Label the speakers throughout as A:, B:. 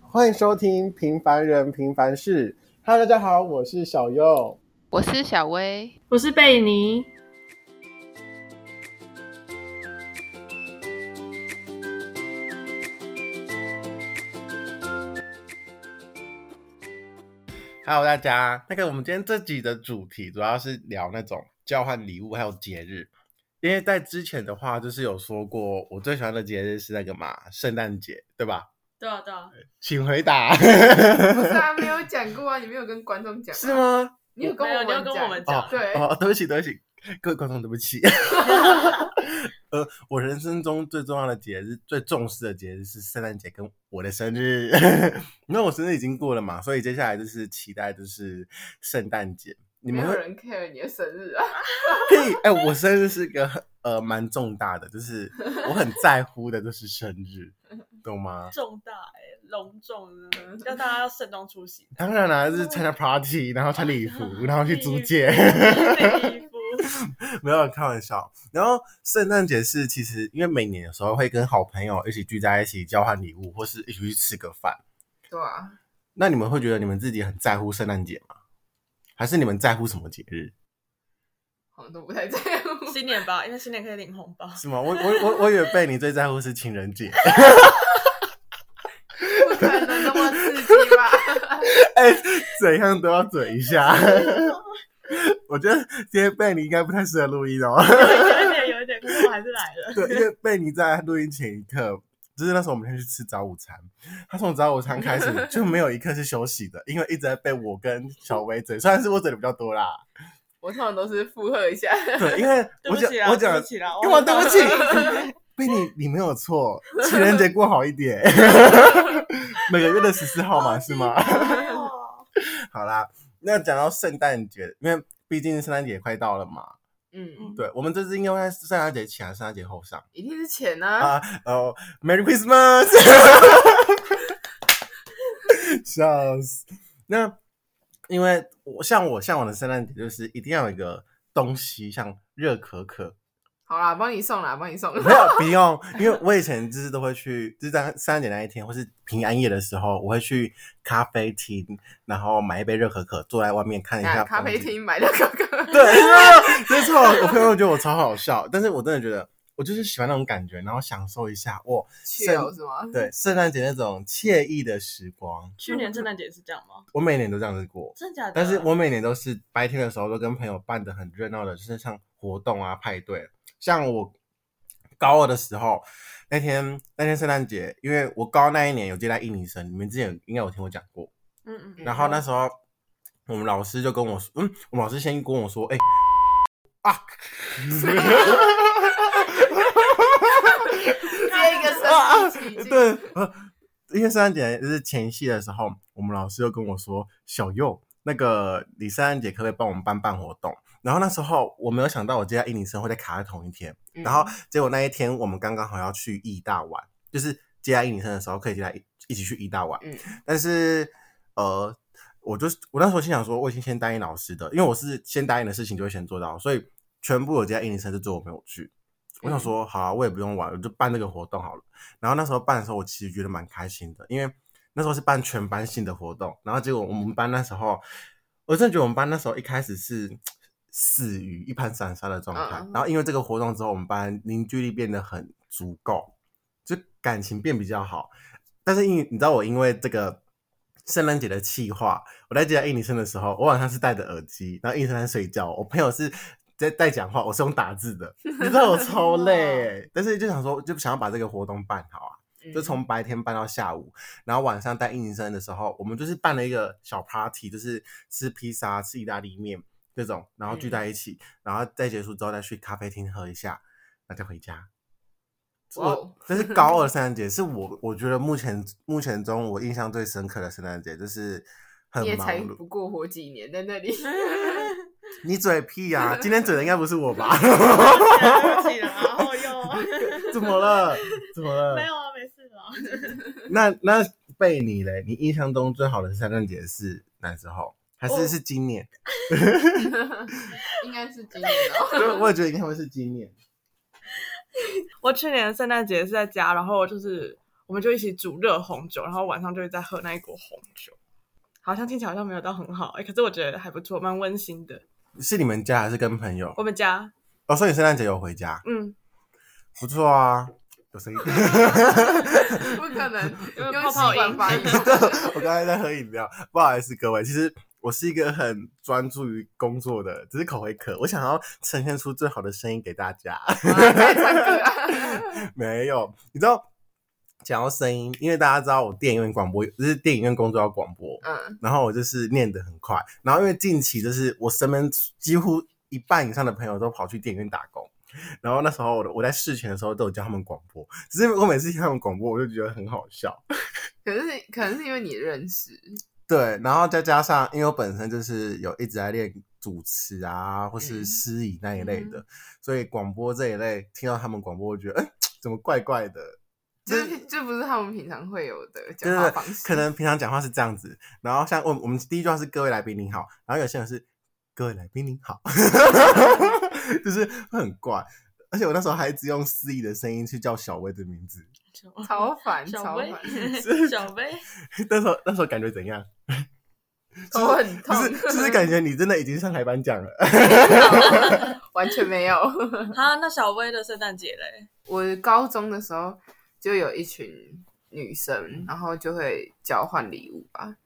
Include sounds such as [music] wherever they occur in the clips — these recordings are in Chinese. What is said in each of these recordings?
A: 欢迎收听《平凡人平凡事》。Hello，大家好，我是小优。
B: 我是小薇，
C: 我是贝尼。
A: Hello，大家。那个，我们今天这集的主题主要是聊那种交换礼物还有节日，因为在之前的话就是有说过，我最喜欢的节日是那个嘛，圣诞节，对吧？
C: 对啊，对啊，
A: 请回答，
D: 不是啊，没有讲过啊，你没有跟观众讲、
A: [laughs]
D: 啊，
A: 是？吗？
D: 你有跟
C: 没有你有跟我
D: 我
C: 们
A: 哦
C: 讲，
D: 对
A: 哦，对不起，对不起，各位观众，对不起。呃，我人生中最重要的节日、最重视的节日是圣诞节跟我的生日。 [laughs] 那我生日已经过了嘛，所以接下来就是期待就是圣诞节。你
D: 没
A: 们
D: 有
A: 会
D: 人 care 你的生日啊， [laughs]
A: 屁？哎、我生日是个呃蛮重大的，就是我很在乎的，就是生日，懂吗？
C: 重大哎、隆重呢，要大家要盛装出席，
A: 当然啦、就是参加 party，然后穿礼服，然后去租
C: [laughs]
A: 借。
C: 礼服，
A: 没有开玩笑。然后圣诞节是其实因为每年的时候会跟好朋友一起聚在一起交换礼物，或是一起去吃个饭。
D: 对啊，
A: 那你们会觉得你们自己很在乎圣诞节吗？还是你们在乎什么节日？
D: 好像都不太在
C: [laughs]
D: 乎。
C: 新年吧，因为新年可以领红
A: [laughs]
C: 包。
A: 是吗？我我我我以为被你最在乎是情人节。 [laughs]
D: 不可能那么刺激吧？
A: 哎、怎样都要嘴一下。我觉得今天贝尼应该不太适合录音哦。
C: 有一点，有一点，可是我还是来了。
A: [laughs] 对，因为贝尼在录音前一刻，就是那时候我们先去吃早午餐，他从早午餐开
C: [laughs]
A: 始就没有一刻是休息的，因为一直在被我跟小薇嘴，虽然是我嘴的比较多啦，
D: 我通常都是附和一下，
A: 对，因为
C: [laughs] 对
A: 我
C: 不
A: 讲
C: 起啦，啊
A: 我
C: 对
A: 讲
C: 不，起啦，哦
A: 干嘛对不
C: [laughs]
A: 起？贝尼，你没有错，情人节过好一点，每个月的十四号嘛，是吗？
C: 哦
A: 好啦，那讲到圣诞节，因为毕竟圣诞节快到了嘛，
D: 嗯，
A: 对，我们这次应该会在圣诞节前还是圣诞节后上
D: 一定是钱啊，
A: 啊？哦，Merry Christmas！笑死。那因为我像我向往的圣诞节，就是一定要有一个东西，像热可可，
D: 好啦，帮你送啦，帮你送。
A: 没有不用，因为我以前就是都会去，就是在圣诞节那一天或是平安夜的时候，我会去咖啡厅，然后买一杯热可可，坐在外面看一下
D: 啊咖啡
A: 风景
D: 厅买的哥哥，
A: 对，没错，我朋友觉得我超好笑，但是我真的觉得我就是喜欢那种感觉，然后享受一下哇，
D: 去哦
C: [laughs] 嗯
D: 是吗？
A: 对，圣诞节那种惬意的时光，
C: 去年圣诞节是这样吗？
A: 我每年都这样子过。
C: 真假的？
A: 但是我每年都是白天的时候都跟朋友办的很热闹的，就是像活动啊、派对。像我高二的时候，那天那天圣诞节，因为我高那一年有接待印尼生，你们之前有应该有听我讲过。
C: 嗯嗯， [laughs]
A: 然后那时候我们老师就跟我说，嗯，我们老师先跟我说，哎、啊，
D: 接一个生气奇迹，
A: 啊对，呃因为圣诞节就是前夕的时候，我们老师就跟我说：“小右，那个你圣诞节可不可以帮我们办办活动？”然后那时候我没有想到，我接下来印尼生会在卡在同一天。
D: 嗯
A: 然后结果那一天我们刚刚好要去义大玩，就是接下来印尼生的时候可以接下来一起去义大玩。
D: 嗯
A: 但是呃，我就是我那时候心想说，我已经先答应老师的，因为我是先答应的事情就会先做到，所以全部有接下来印尼生就只有我没有去。我
D: 嗯
A: 想说，好、啊，我也不用玩，我就办这个活动好了。然后那时候办的时候，我其实觉得蛮开心的，因为那时候是办全班性的活动。然后结果我们班那时候，我真的觉得我们班那时候一开始是死鱼一盘散沙的状态。
D: 嗯
A: 然后因为这个活动之后，我们班凝聚力变得很足够，就感情变比较好。但是因为你知道，我因为这个圣诞节的气话，我在接待印尼生的时候，我晚上是戴着耳机，然后印尼生在睡觉，我朋友是在在讲话，我是用打字的，你知道我超累，欸但是就想说，就想要把这个活动办好啊，
D: 嗯
A: 就从白天办到下午，然后晚上带应习生的时候，我们就是办了一个小 party，就是吃披萨、吃意大利面这种，然后聚在一起，然后再结束之后再去咖啡厅喝一下，然后再回家。
D: 哇哦
A: 我这是高二圣诞节，是我我觉得目前目前中我印象最深刻的圣诞节，就是很
D: 你也才
A: 忙碌
D: 不。过活几年，在
C: [laughs]
D: 那里
A: 你嘴屁呀、今天嘴的应该不是我吧？ [laughs]
C: 对啊不起啦，然后又
A: 怎么了？怎么了？
C: 哦没有啊，没事啦。
A: 那那贝你嘞，你印象中最好的圣诞节是哪时候？还是
C: 哦
A: 是今年？
D: 应该是今年哦。
A: 对，我也觉得应该会是今年。
C: 我去年圣诞节是在家，然后就是
B: 我们就一起煮热红酒，然后晚上就会再喝那一锅红酒。好像听起来好像没有到很好，
C: 欸
B: 哎、可是我觉得还不错，蛮温馨的。
A: 是你们家还是跟朋友？
B: 我们家，
A: 哦，所以你圣诞节有回家，
B: 嗯，
A: 不错啊。有声音，
D: 不可能
B: 有
D: 用
B: 泡泡
D: 吸管
B: 音
D: 发音。
A: [laughs] 我刚才在喝饮料，不好意思各位。其实我是一个很专注于工作的，只是口会渴，我想要呈现出最好的声音给大家。 [laughs]
D: 在唱歌啊
A: 没有，你知道讲到声音，因为大家知道我电影院广播就是电影院工作要广播，
D: 嗯，
A: 然后我就是念得很快，然后因为近期就是我身边几乎一半以上的朋友都跑去电影院打工。然后那时候我的我在事前的时候都有教他们广播，只是我每次听他们广播我就觉得很好笑，
D: 可是可能是因为你认识，
A: 对，然后再加上因为我本身就是有一直在练主持啊或是司仪那一类的，所以广播这一类听到他们广播，我觉得哎怎么怪怪的，
D: 就是这不是他们平常会有的
A: 对
D: 讲话
A: 对
D: 方
A: 对，
D: 式。
A: 可能平常讲话是这样子，然后像我我们第一句话是各位来宾您好，然后有些人是各位来宾您好， [laughs] 就是会很怪。而且我那时候还一直用肆意的声音去叫小薇的名字，
D: 超烦，
C: 小
D: 超
C: 薇 [laughs]
D: 烦，，
C: 小
B: [laughs]
C: 薇，
A: 那时候那时候感觉怎样？
D: 头很
A: 就
D: 痛，
A: 是就是感觉你真的已经上台颁奖了，
D: [laughs]
A: [laughs]
D: 完全没有。 [laughs]
C: 哈，那小薇的圣诞节嘞？
D: 我高中的时候就有一群女生，然后就会交换礼物吧。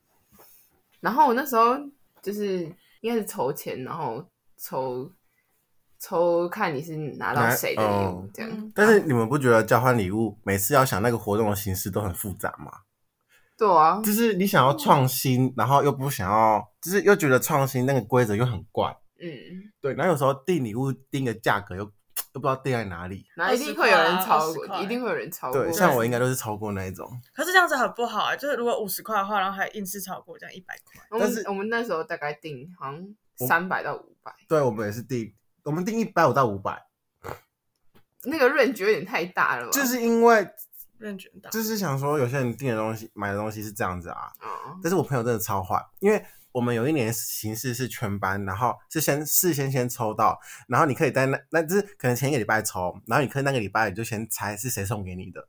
D: 然后我那时候就是应该是筹钱，然后抽抽看你是拿到
A: 拿
D: 谁的礼物
A: 哦
D: 这样。
C: 嗯
A: 但是你们不觉得交换礼物每次要想那个活动的形式都很复杂吗？
D: 对啊，
A: 就是你想要创新，然后又不想要，就是又觉得创新那个规则又很怪，
D: 嗯，
A: 对，然后有时候订礼物订的价格又又不知道定在哪里。
D: 然后一定
C: 20
D: 会有人
C: 块啊
D: 超
C: 20
D: 过，
C: 块
D: 一定会有人超过。
A: 对，像我应该都是超过那一种。
C: 可是这样子很不好哎、就是如果五十块的话，然后还硬是超过这样一百块，
D: 我们
A: 但是
D: 我们那时候大概定好像
A: 我
D: 三百到五百，
A: 对，我们也是定，我们定一百五到五百，
D: 那个 range 有点太大了吧？
A: 就是因为
C: 认卷到。
B: 嗯
A: 就是想说有些人订的东西买的东西是这样子啊，
D: 嗯
A: 但是我朋友真的超坏，因为我们有一年形式是全班，然后是先事先先抽到，然后你可以在那那就是可能前一个礼拜抽，然后你可以那个礼拜你就先猜是谁送给你的，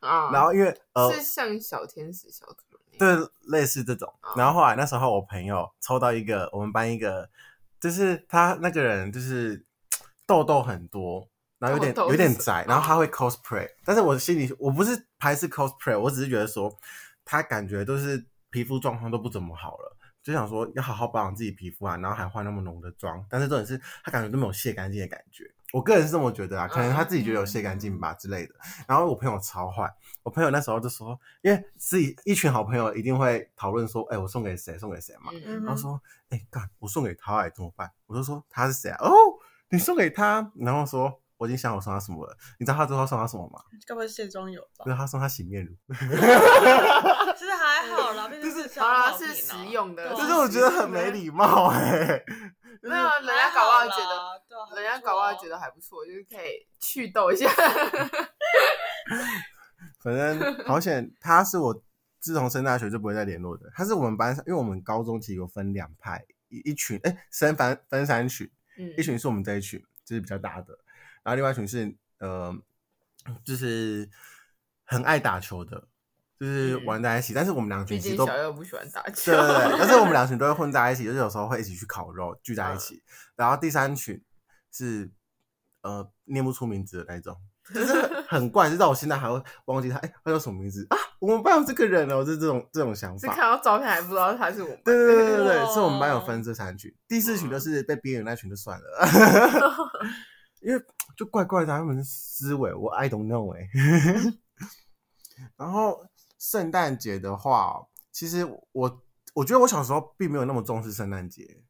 D: 啊，
A: 然后因为呃
D: 是像小天使小主人那样，
A: 对，类似这种。
D: 哦
A: 然后后来那时候我朋友抽到一个我们班一个，就是他那个人就是痘痘很多，然后有点
D: 哦痘痘
A: 有点
D: 是什哦么
A: 窄，然后他会 cosplay，但是我心里我不是排斥 cosplay，我只是觉得说他感觉都是皮肤状况都不怎么好了。就想说要好好保养自己皮肤啊，然后还化那么浓的妆，但是重点是他感觉都没有卸干净的感觉。我个人是这么觉得啊，可能他自己觉得有卸干净吧之类的。然后我朋友超坏，我朋友那时候就说，因为自己一群好朋友一定会讨论说，哎、我送给谁，送给谁嘛。
D: 嗯
C: 嗯
A: 然后
C: 哼
A: 说，哎、干，我送给他、哎，怎么办？我就说他是谁啊？哦，你送给他，然后说我已经想好送他什么了。你知道他最后送他什么吗？
C: 该不会是卸妆油
B: [laughs]
C: 吧
A: 就？是他送他洗面乳，
C: 其实还好 [laughs] 啦，毕竟是消
D: 好啦
C: 耗品
D: 是
C: 啊
D: 实用的
C: 对啊嗯
A: 就是我觉得很没礼貌哎、
B: 嗯
D: 没有人家搞不好觉
C: 还
D: 得
C: 好啦，对啊
D: 人家搞不好觉，得还不错，就是可以祛痘一下。
A: 反正好险，他是我自从升大学就不会再联络的。他是我们班上，因为我们高中其实有分两派，一一群哎，分分分三群，
D: 嗯
A: [laughs] 一群是我们这一群，就是比较大的，然后另外一群是呃，就是很爱打球的，就是
D: 嗯
A: 玩在一起。但是我们两群
D: 毕
A: 其实
D: 竟
A: 都
D: 小右不喜欢打球
A: 对，对对，但是我们两群都会混在一起，就是有时候会一起去烤肉，聚
D: 嗯
A: 在一起。然后第三群是呃念不出名字的那种，就是很怪，就到我现在还会忘记他，哎，他叫什么名字啊？我们班有这个人哦，就是这种这种想
D: [laughs] 是
A: 法
D: 看。到照片还不知道他是我们。
A: 对对对对
C: 哇
A: 对，是我们班有
C: 哦
A: 分这三群，第四群
C: 嗯
A: 就是被边缘那群就算
C: [laughs]
A: 了，因为就怪怪的啊他们的思维，我 I don't know 哎、然后圣诞节的话哦，其实我我觉得我小时候并没有那么重视圣诞节，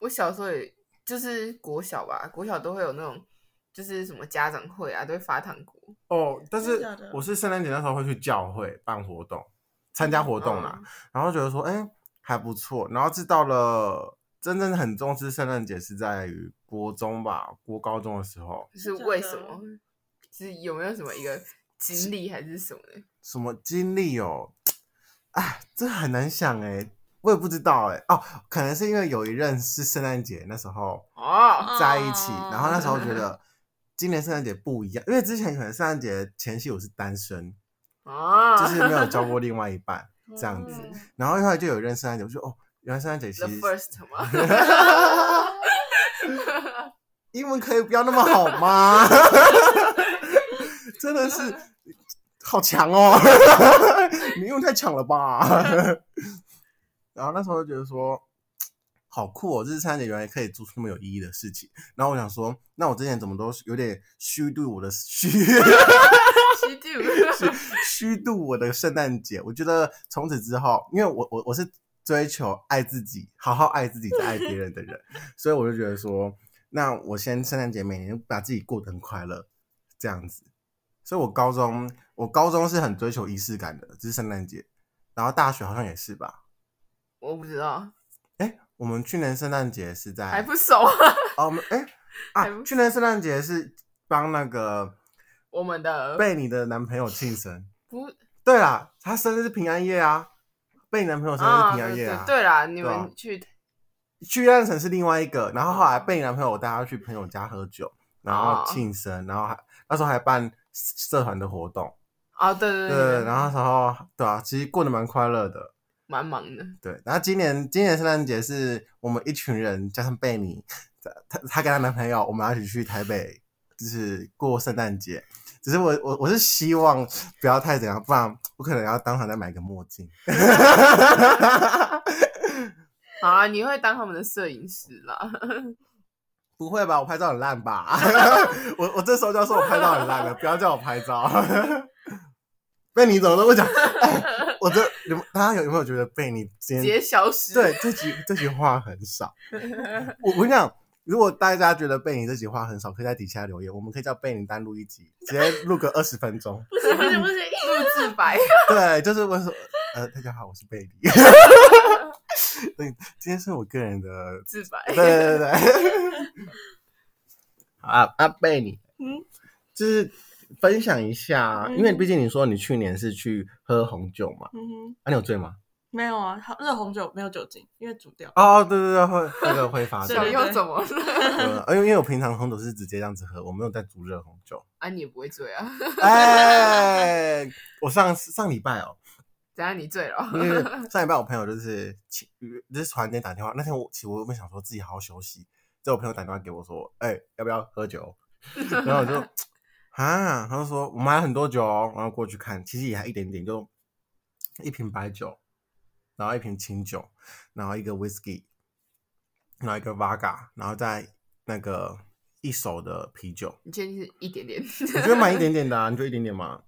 D: 我小时候也就是国小吧，国小都会有那种就是什么家长会啊，都会发糖果。
A: 哦，但
C: 真
A: 是
C: 的假的
A: 我是圣诞节那时候会去教会办活动，参加活动
C: 嗯
A: 啦，然后觉得说，哎、还不错。然后是到了真正很重视圣诞节是在于国中吧，国高中的时候，
D: 就是为什
C: 啊
D: 么？是有没有什么一个经历还是什么
C: [laughs]
D: 的？
A: 什么经历哦，哎，这很难想哎、我也不知道哎、哦，可能是因为有一任是圣诞节那时候
D: 哦，
A: 在一起，
C: 哦
A: 然后那时候觉得今年圣诞节不一样，因为之前可能圣诞节前夕我是单身，
D: 啊，
A: 就是没有交过另外一半这样子。
D: 嗯
A: 然后后来就有认识圣诞节，我就哦，原来圣诞节其
D: the
A: 实
D: first 吗？
A: [laughs] 英文可以不要那么好吗？真的是好强哦！ [laughs] 你英文太强了吧？然后那时候就觉得说，好酷哦！这是圣诞节原来可以做出那么有意义的事情。然后我想说，那我之前怎么都有点虚度我的 [laughs] 虚
D: 虚度，
A: [laughs] 虚度我的圣诞节。我觉得从此之后，因为我我我是追求爱自己，好好爱自己，再爱别人
D: [laughs]
A: 的人，所以我就觉得说，那我先圣诞节每年把自己过得很快乐，这样子。所以我高中我高中是很追求仪式感的，就是圣诞节，然后大学好像也是吧。
D: [laughs] 我不知道，
A: 哎，我们去年圣诞节是在
D: 还不熟啊。
A: 哦，我们哎
D: 还
A: 啊，
D: 不
A: 去年圣诞节是帮那个
D: 我们的
A: 被你的男朋友庆生。
D: 不
A: 对啦，他生日是平安夜啊，被你男朋友生日是
D: 啊，
A: 平安
D: 对
A: 夜
D: 对
A: 啊。
D: 对啦，你
A: 对啊
D: 们去
A: 去安城是另外一个，然后后来被你男朋友我带他去朋友家喝酒，然
D: 哦
A: 后庆生，然后还那时候还办社团的活动，
D: 啊，对对
A: 对，
D: 对，
A: 然后那时候对啊，其实过得蛮快乐的。
D: 蛮忙的，
A: 对，然后今年今年圣诞节是我们一群人加上贝尼，她她跟她男朋友，我们要一起去台北，就是过圣诞节。只是我我我是希望不要太怎样，不然我可能要当场再买个墨镜。
D: 好啊，你会当他们的摄影师啦，
A: 嗯不会吧？我拍照很烂吧？ [laughs] 我我这时候就要说我拍照很烂了，不要叫我拍照。 [laughs] 贝尼怎么都不讲？哎我这你们大家有有没有觉得贝尼今天
D: 直接消失。
A: 对这句这句话很少。我我跟你讲，如果大家觉得贝尼这句话很少，可以在底下留言，我们可以叫贝尼单录一集，直接录个二十分钟。
C: 不行不行不
D: [laughs]
C: 行，
D: 录自白，
A: 对，就是我说，呃，大家好，我是贝尼。对，今天是我个人的
D: 自白。
A: 对对对 [laughs] 对。好啊，阿贝你，
C: 嗯，
A: 就是分享一下，啊
C: 嗯
A: 因为毕竟你说你去年是去喝红酒嘛，
C: 嗯哼，
A: 啊，你有醉吗？
C: 没有啊，好热红酒没有酒精，因为煮掉。
A: 哦，对对对，会那个会发
C: 对
A: 生
D: 想
C: 对。
D: 又怎么了？
A: [laughs] 呃，因为因为我平常红酒是直接这样子喝，我没有在煮热红酒。
D: 啊，你也不会醉啊？
A: 哎， [laughs] 我上上礼拜哦，
D: 等下你醉了哦
A: 因为上礼拜我朋友就是请，呃就是突然间打电话，那天我其实我原本想说自己好好休息，结果我朋友打电话给我说，哎、要不要喝酒？ [laughs] 然后我就啊，他就说我买了很多酒、哦，然后过去看，其实也还一点点，就一瓶白酒，然后一瓶清酒，然后一个 whisky，然后一个 v o d a 然后再那个一手的啤酒，
D: 你确定是一点点？
A: 我觉得买一点点的、啊，你就一点点嘛。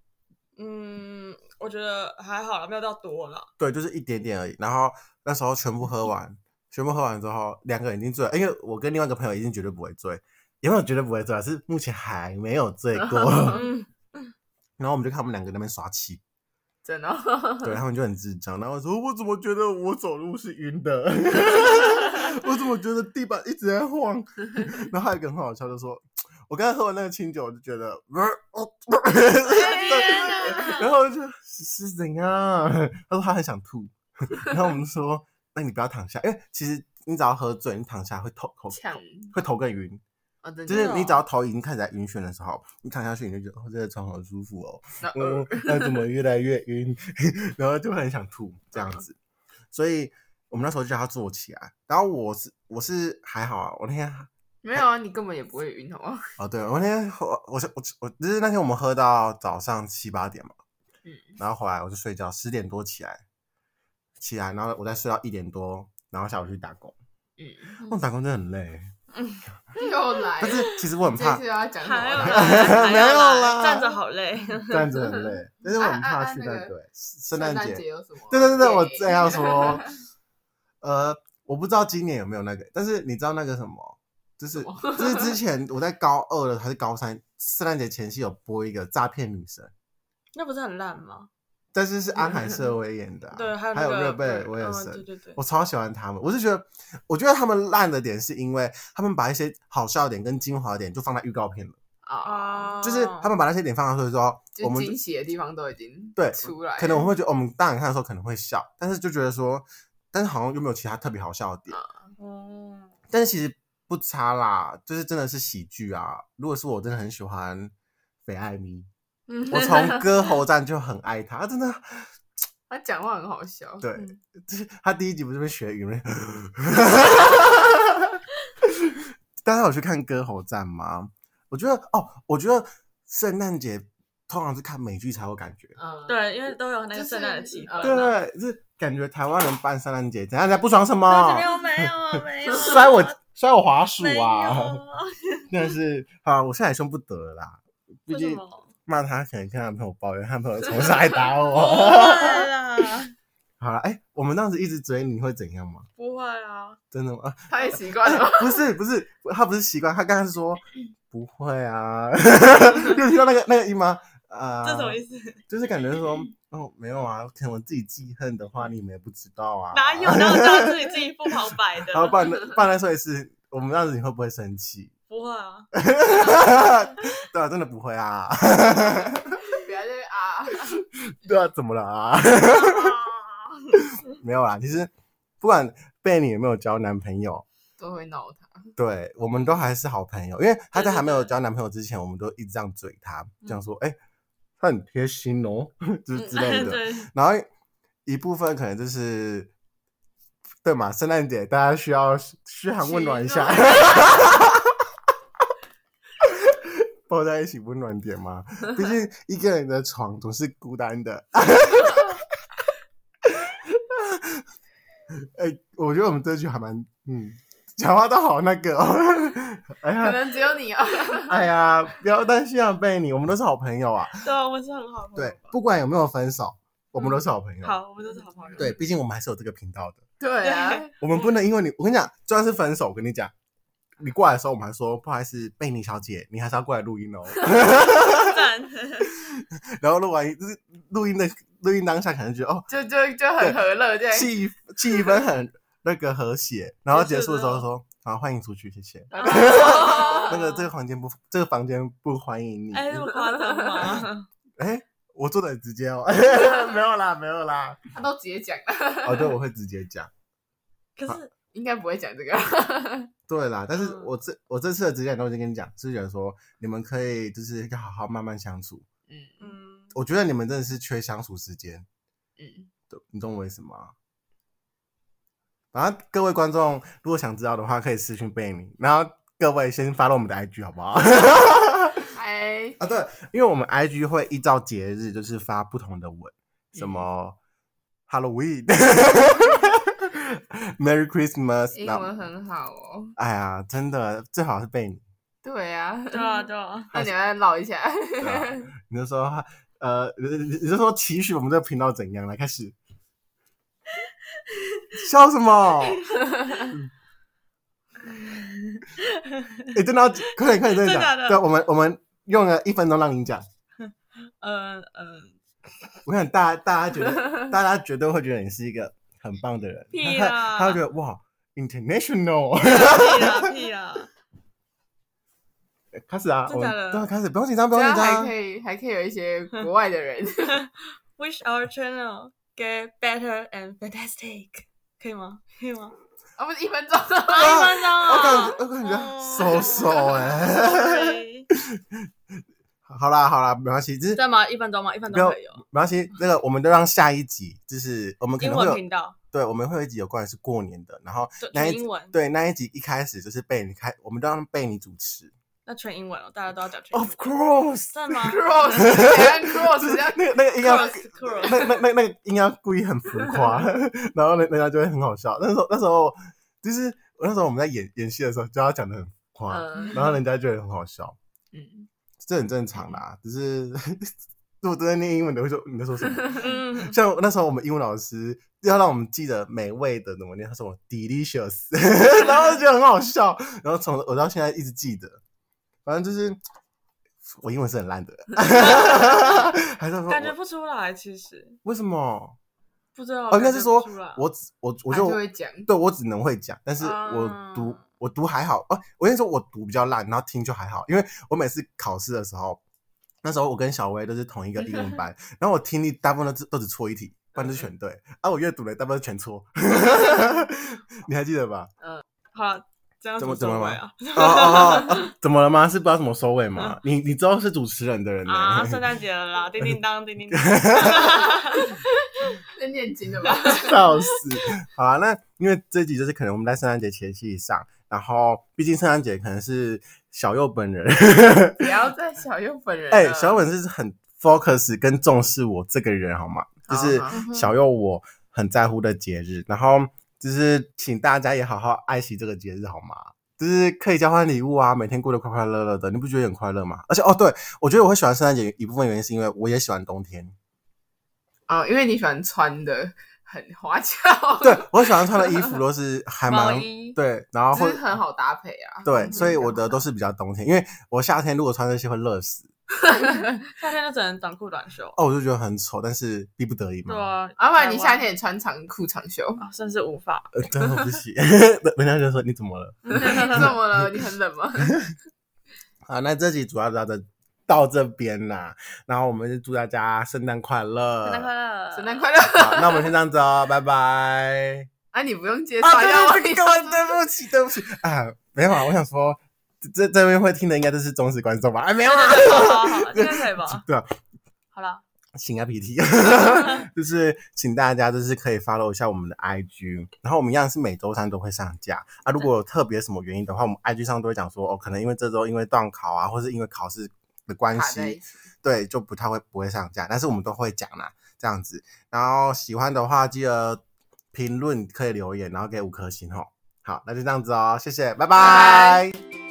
B: 嗯，我觉得还好了，没有到多了。
A: 对，就是一点点而已。然后那时候全部喝完，全部喝完之后，两个人已经醉了，因为我跟另外一个朋友一定绝对不会醉，也没有绝对不会醉啊，是目前还没有醉过。
C: [laughs]
D: [laughs]
B: 嗯，
A: 然后我们就看我们两个在那边耍气，
D: [laughs] 真的哦、
A: 对他们就很智障。然后我说我怎么觉得我走路是晕
D: [laughs]
A: 的？我怎么觉得地板一直在
D: [laughs]
A: 晃？然后还有一个很好笑，就说。我刚才喝完那个清酒，我就觉
D: [laughs]
A: 得，呃哦 [laughs]
D: 哎
A: 然后我就是是怎样？他说他很想吐，然后我们说，那你不要躺下，因为其实你只要喝醉，你躺下会头头
D: 呛
A: 会头更晕，
D: 啊，真
A: 就
D: 的
A: 是
D: 哦
A: 你只要头已经开始在晕眩的时候，你躺下去你就觉得哦，这个床好舒服哦，
D: 那
A: 嗯
D: 呃，
A: 那怎么越来越晕， [laughs] 然后就会很想吐这样子，所以我们那时候就叫他坐起来，然后我是我是还好啊，我那天
D: 没有啊，你根本也不会晕，好不好？ [laughs]
A: 哦，对，我那天喝，我是我我就是那天我们喝到早上七八点嘛，
D: 嗯
A: 然后后来我就睡觉，十点多起来，起来，然后我再睡到一点多，然后下午去打工。
D: 嗯，
A: 我、打工真的很累，
D: 又来
A: 哦但
D: 了，
A: 是其实
D: [laughs]
A: 我很
D: 这
A: 怕
D: 次又要讲什
B: 还有
C: [laughs]
D: 么？
B: 啦
A: 没有啦
B: 啦，站着好累。
A: 站着很
D: [laughs]
A: 累，但是我很怕去
D: 啊啊啊
A: 那
D: 那
A: 对
D: 个
A: [laughs] 圣
D: 圣
A: 诞
D: 诞
A: 节，
D: 节有什么？
A: [laughs] 对对对对，我这样
B: [laughs]
D: [laughs]
A: 说，呃，我不知道今年有没有那个，但是你知道那个什么，就是
D: 什么
A: [laughs] 就是之前我在高二的还是高三圣诞节前夕有播一个诈骗女神。
B: 那不是很烂吗？
A: 但是是安海瑟薇演的啊、
B: 对，还有
A: 还
B: 那
A: 有
B: 个
A: 热贝尔威尔
B: 嗯对
A: 森，
B: 对对
A: 我，超喜欢他们。我是觉得，我觉得他们烂的点是因为他们把一些好笑点跟精华点就放在预告片了，
D: 啊，
B: 啊，
A: 就是他们把那些点放上去之后，我
D: 就
A: 们
D: 惊喜的地方都已经
A: 对
D: 出来了，
A: 可能我们会觉得，哦我们当然看的时候可能会笑，但是就觉得说，但是好像又没有其他特别好笑的点。
B: 嗯，
A: 但是其实不差啦，就是真的是喜剧啊。如果是我，真的很喜欢北艾咪，
D: 嗯
A: 我
C: [laughs]
A: 从歌喉战就很爱他，他真的
D: 他讲话很好笑，嗯
A: 对，
C: 嗯
A: 就是他第一集不是被学语吗？ [laughs] 大家有去看歌喉战吗？我觉得哦，我觉得圣诞节通常是看美剧才有感觉，
D: 嗯，
C: 对，因为都有那
D: 就
C: 个
D: 是
C: 圣诞的气氛
D: 呃
C: 啊。
A: 对，就是感觉台湾人办圣诞节，怎样在不爽什
C: 但
A: 么
C: 是没？有没有
A: [laughs]
C: 没啊有，
A: 摔我摔我滑鼠 [laughs]
C: 没有
A: 啊！但是啊，我现在也凶不得了啦，毕
C: 为什
A: 竟
C: 么？
A: 骂他可能跟他朋友抱怨，他朋友从上来打
C: 不
A: 我。 [laughs]
C: 会啦，
A: 好了，哎、我们当时一直追你会怎样吗？
C: [laughs] 不会啊，
A: 真的吗？ [laughs] 啊
D: 他也习惯了。
A: 不是不是，他不是习惯，他刚刚是说不会啊， [laughs] 就听到那个那个姨妈啊，
B: 这什么意思？
A: 就是感觉说哦没有啊，可能我自己记恨的话，你们也不知道啊。
C: 哪有？哪有知道自己自己不旁白的
A: [laughs] 然？后不然不然再说一次，我们当时你会不会生气？ [laughs]
C: 不会啊，
A: 对啊，真的不会啊。 [laughs]
D: 不要在啊，
A: 对啊，怎么了啊？没有啦，其实不管贝你有没有交男朋友，
D: 都会闹他。
A: 对我们都还是好朋友，因为她在
C: 对对
A: 还没有
C: 对嗯
A: 交男朋友之前，我们都一直这样嘴她，这样说，哎、她很贴心哦， [laughs] 就是之类的。
C: 嗯 [laughs] 对，
A: 然后一部分可能就是。对嘛，圣诞节大家需要嘘寒问暖一下，
D: 哦
A: [laughs] 抱在一起温暖点嘛。毕
D: [laughs]
A: 竟一个人的床总是孤单的。 [laughs] 哎、我觉得我们这句还蛮嗯，讲话都好那个、哦。哎
D: 可
A: 呀，
D: 能只有你啊，
A: 哎呀，不要担心啊，贝你，我们都是好朋友
D: 嗯
A: 啊。
B: 对啊，我们是很好的朋友
A: 对，不管有没有分手，我们都是好朋
D: 嗯
A: 友。
B: 好，我们都是好朋友。
A: 对，毕竟我们还是有这个频道的。
D: 对啊，
A: 我们不能因为你，我跟你讲，就算是分手，我跟你讲，你过来的时候，我们还说不好意思，贝尼小姐，你还是要过来录音哦。
C: 赞，
A: [laughs]
C: [laughs]
A: 然后录完就是录音的录音当下，可能觉得哦，
D: 就就就很和乐这样。
A: 气气氛很那个和
C: [laughs]
A: 谐，然后结束的时候说好，欢迎出去，谢谢。那个这个房间不，这个房间不欢迎你。
C: 啊哎，那么夸张
A: [laughs]
C: 吗？
A: 哎，我做的很直接
C: [laughs]
A: 哦，没有啦，没有啦。
D: 他都直接讲了，
A: 哦，对，我会直接讲。
C: 可是
D: 应该不会讲
A: [laughs]
D: 这个。
A: 对啦，但是
C: 嗯
A: 我这我这次的直接都已经跟你讲，是觉得说你们可以就是要好好慢慢相处。
D: 嗯
C: 嗯，
A: 我觉得你们真的是缺相处时间，
D: 嗯，
A: 对你懂我意思吗？反正各位观众如果想知道的话，可以私讯贝米，然后各位先发到我们的 IG 好不好？ [laughs]
D: 哎，
A: 啊，对，因为我们 IG 会依照节日就是发不同的文，什
D: 嗯
A: 么 Halloween、Merry Christmas，
D: 英
A: 然后
D: 文很好哦。
A: 哎呀，真的最好是贝米，
D: 对啊，
C: 对啊，对啊，
D: [laughs] 那你要唠一下。
A: 对啊你就说呃，你你你就说期许我们这个频道怎样来开始，笑什么？哎、真的要快点快点真的
B: 真的假
A: 讲，
B: 的
A: 对，我们我们用了一分钟让你讲，
B: 嗯嗯，
A: 我想大家大家觉得大家绝对会觉得你是一个很棒的人，
B: 屁
A: 他
B: 啦
A: 他会觉得哇，international
B: [laughs] 屁啦屁啦，
A: 开始啊，
B: 真
A: 我
B: 的
A: 们
B: 假的
A: 对啊开始，不用紧张不
D: 这
A: 用
D: [laughs] 样
A: 紧
D: 还
A: 张
D: 可，以，还可以有一些国外的
A: [laughs]
D: 人。
B: Wish our channel get better and fantastic，可以 [laughs] 吗？可以吗？
D: 啊，不是一分
A: [laughs]
D: 钟，
C: 一分钟
A: 我感
C: 啊
A: 觉我感觉
C: 哦
A: 手手哎，
B: OK
A: 好啦好啦，没关系，就是
B: 在吗？一分钟吗？一分钟可以有。
A: 没关系，那个我们都让下一集，就是我们可
B: 英
A: 能会
B: 文
A: 有
B: 频道，
A: 对，我们会有一集有关于是过年的，然后
B: 纯
A: 那一
B: 纯
A: 集
B: 英文，
A: 对那一集一开始就是被你开，我们都让贝你主持。
B: 那纯英文哦，大家都要讲纯英
A: Of
B: 文。
A: course， [laughs]
B: 在吗
D: cross，怎样
A: 就
D: cross
A: 是
D: 这样
A: 那个那个音要
B: Cross, cross
A: 那那那那个音要故意很浮
B: [laughs]
A: 夸，然后呢，人家就会很好笑。那时候那时候就是那时候我们在演演戏的时候，就要讲的很浮夸，
B: 呃
D: 嗯
A: 然后人家就会很好笑，
D: [laughs] 嗯，
A: 这很正常啦。只是 [laughs] 如果都在念英文的，会说你在说什么？[laughs]
B: 嗯，
A: 像那时候我们英文老师要让我们记得美味的怎么念，他说我 delicious，然 [laughs] 后就很好笑，然后从我到现在一直记得，反正就是我英文是很烂的，还是说
B: 感觉
A: 我
B: 不出来，其实
A: 为什么？
B: 不知道。
A: 哦，应该是说
B: 感觉不出来
A: 我只我我
D: 他
A: 就
D: 就会讲。
A: 对我只能会讲，但是我读、
B: 啊
A: 我读还好，哦，我跟你说我读比较烂，然后听就还好，因为我每次考试的时候，那时候我跟小薇都是同一个英文班，然后我听力大部分都是都只错一题，不然就是全
B: 嗯 [laughs]
A: 对，啊，我阅读呢大部分都全错，你还记得吧？ [laughs]
B: 好了，这样
A: 怎么
B: 收
A: 怎么了
B: 尾
A: 吗
B: 啊？
A: 哦哦哦，怎么了吗？是不知道怎么收尾吗？
B: [laughs]
A: 你你知道是主持人的人呢、
B: 啊，圣诞节了啦，叮叮当，叮叮当。
D: 在念经的
A: [laughs]
D: 吧？
A: [laughs] 笑死！好啊，那因为这集就是可能我们在圣诞节前夕上，然后毕竟圣诞节可能是小右本人，
D: 不要再小右本人了。
A: 哎、小右本人是很 focus 跟重视我这个人，好吗？就
D: 好
A: 是
D: 好
A: 小右我很在乎的节日，然后就是请大家也好好爱惜这个节日，好吗？就是可以交换礼物啊，每天过得快快乐乐的，你不觉得很快乐吗？而且哦，对我觉得我会喜欢圣诞节一部分原因是因为我也喜欢冬天，
D: 哦，因为你喜欢穿的很花俏，
A: [laughs]
D: [laughs]
A: 对我喜欢穿的衣服都是还蛮
C: 毛衣
A: 对，然后
D: 就
A: 会
D: 是很好搭配啊。
A: 对，
D: 嗯
A: 所以我的都是比较冬天，因为我夏天如果穿这些会热死
B: 夏天就只能短裤短袖
A: 哦，我就觉得很丑，但是逼不得已嘛。
B: 对啊，
D: 啊，不然
B: 台
D: 你
B: 湾
D: 夏天也穿长裤长袖，
A: [laughs]
D: [laughs]
B: 啊，甚至无法。
A: 呃，真的不行，人家就说你怎么了
D: 怎么了？你
A: [laughs]
D: 很冷吗？
A: 啊？那这集主要到这到这边啦，然后我们就祝大家圣诞快乐，
C: 圣诞快乐，
D: 圣诞快乐！
A: 好，那我们先这样子哦，拜拜。
D: 啊，你不用介绍，
A: 啊，对
D: 要我
A: 对对，各位对不起，对不起啊，没有啊，我想说这这边会听的应该都是忠实观众吧？哎，没有啊。
B: [laughs] 好好好，现在可以吧？
A: 对啊，
B: 好了，
A: 请啊 PT，就是请大家就是可以 follow 一下我们的 IG，然后我们一样是每周三都会上架啊。如果有特别什么原因的话，我们 IG 上都会讲说哦，可能因为这周因为断考啊，或是因为考试的关
D: 卡在一
A: 系，
D: 起。
A: 对，就不太会不会上架，但是我们都会讲啦，这样子。然后喜欢的话，记得评论可以留言，然后给五颗星哦。好，那就这样子哦，谢谢，拜拜。
D: 拜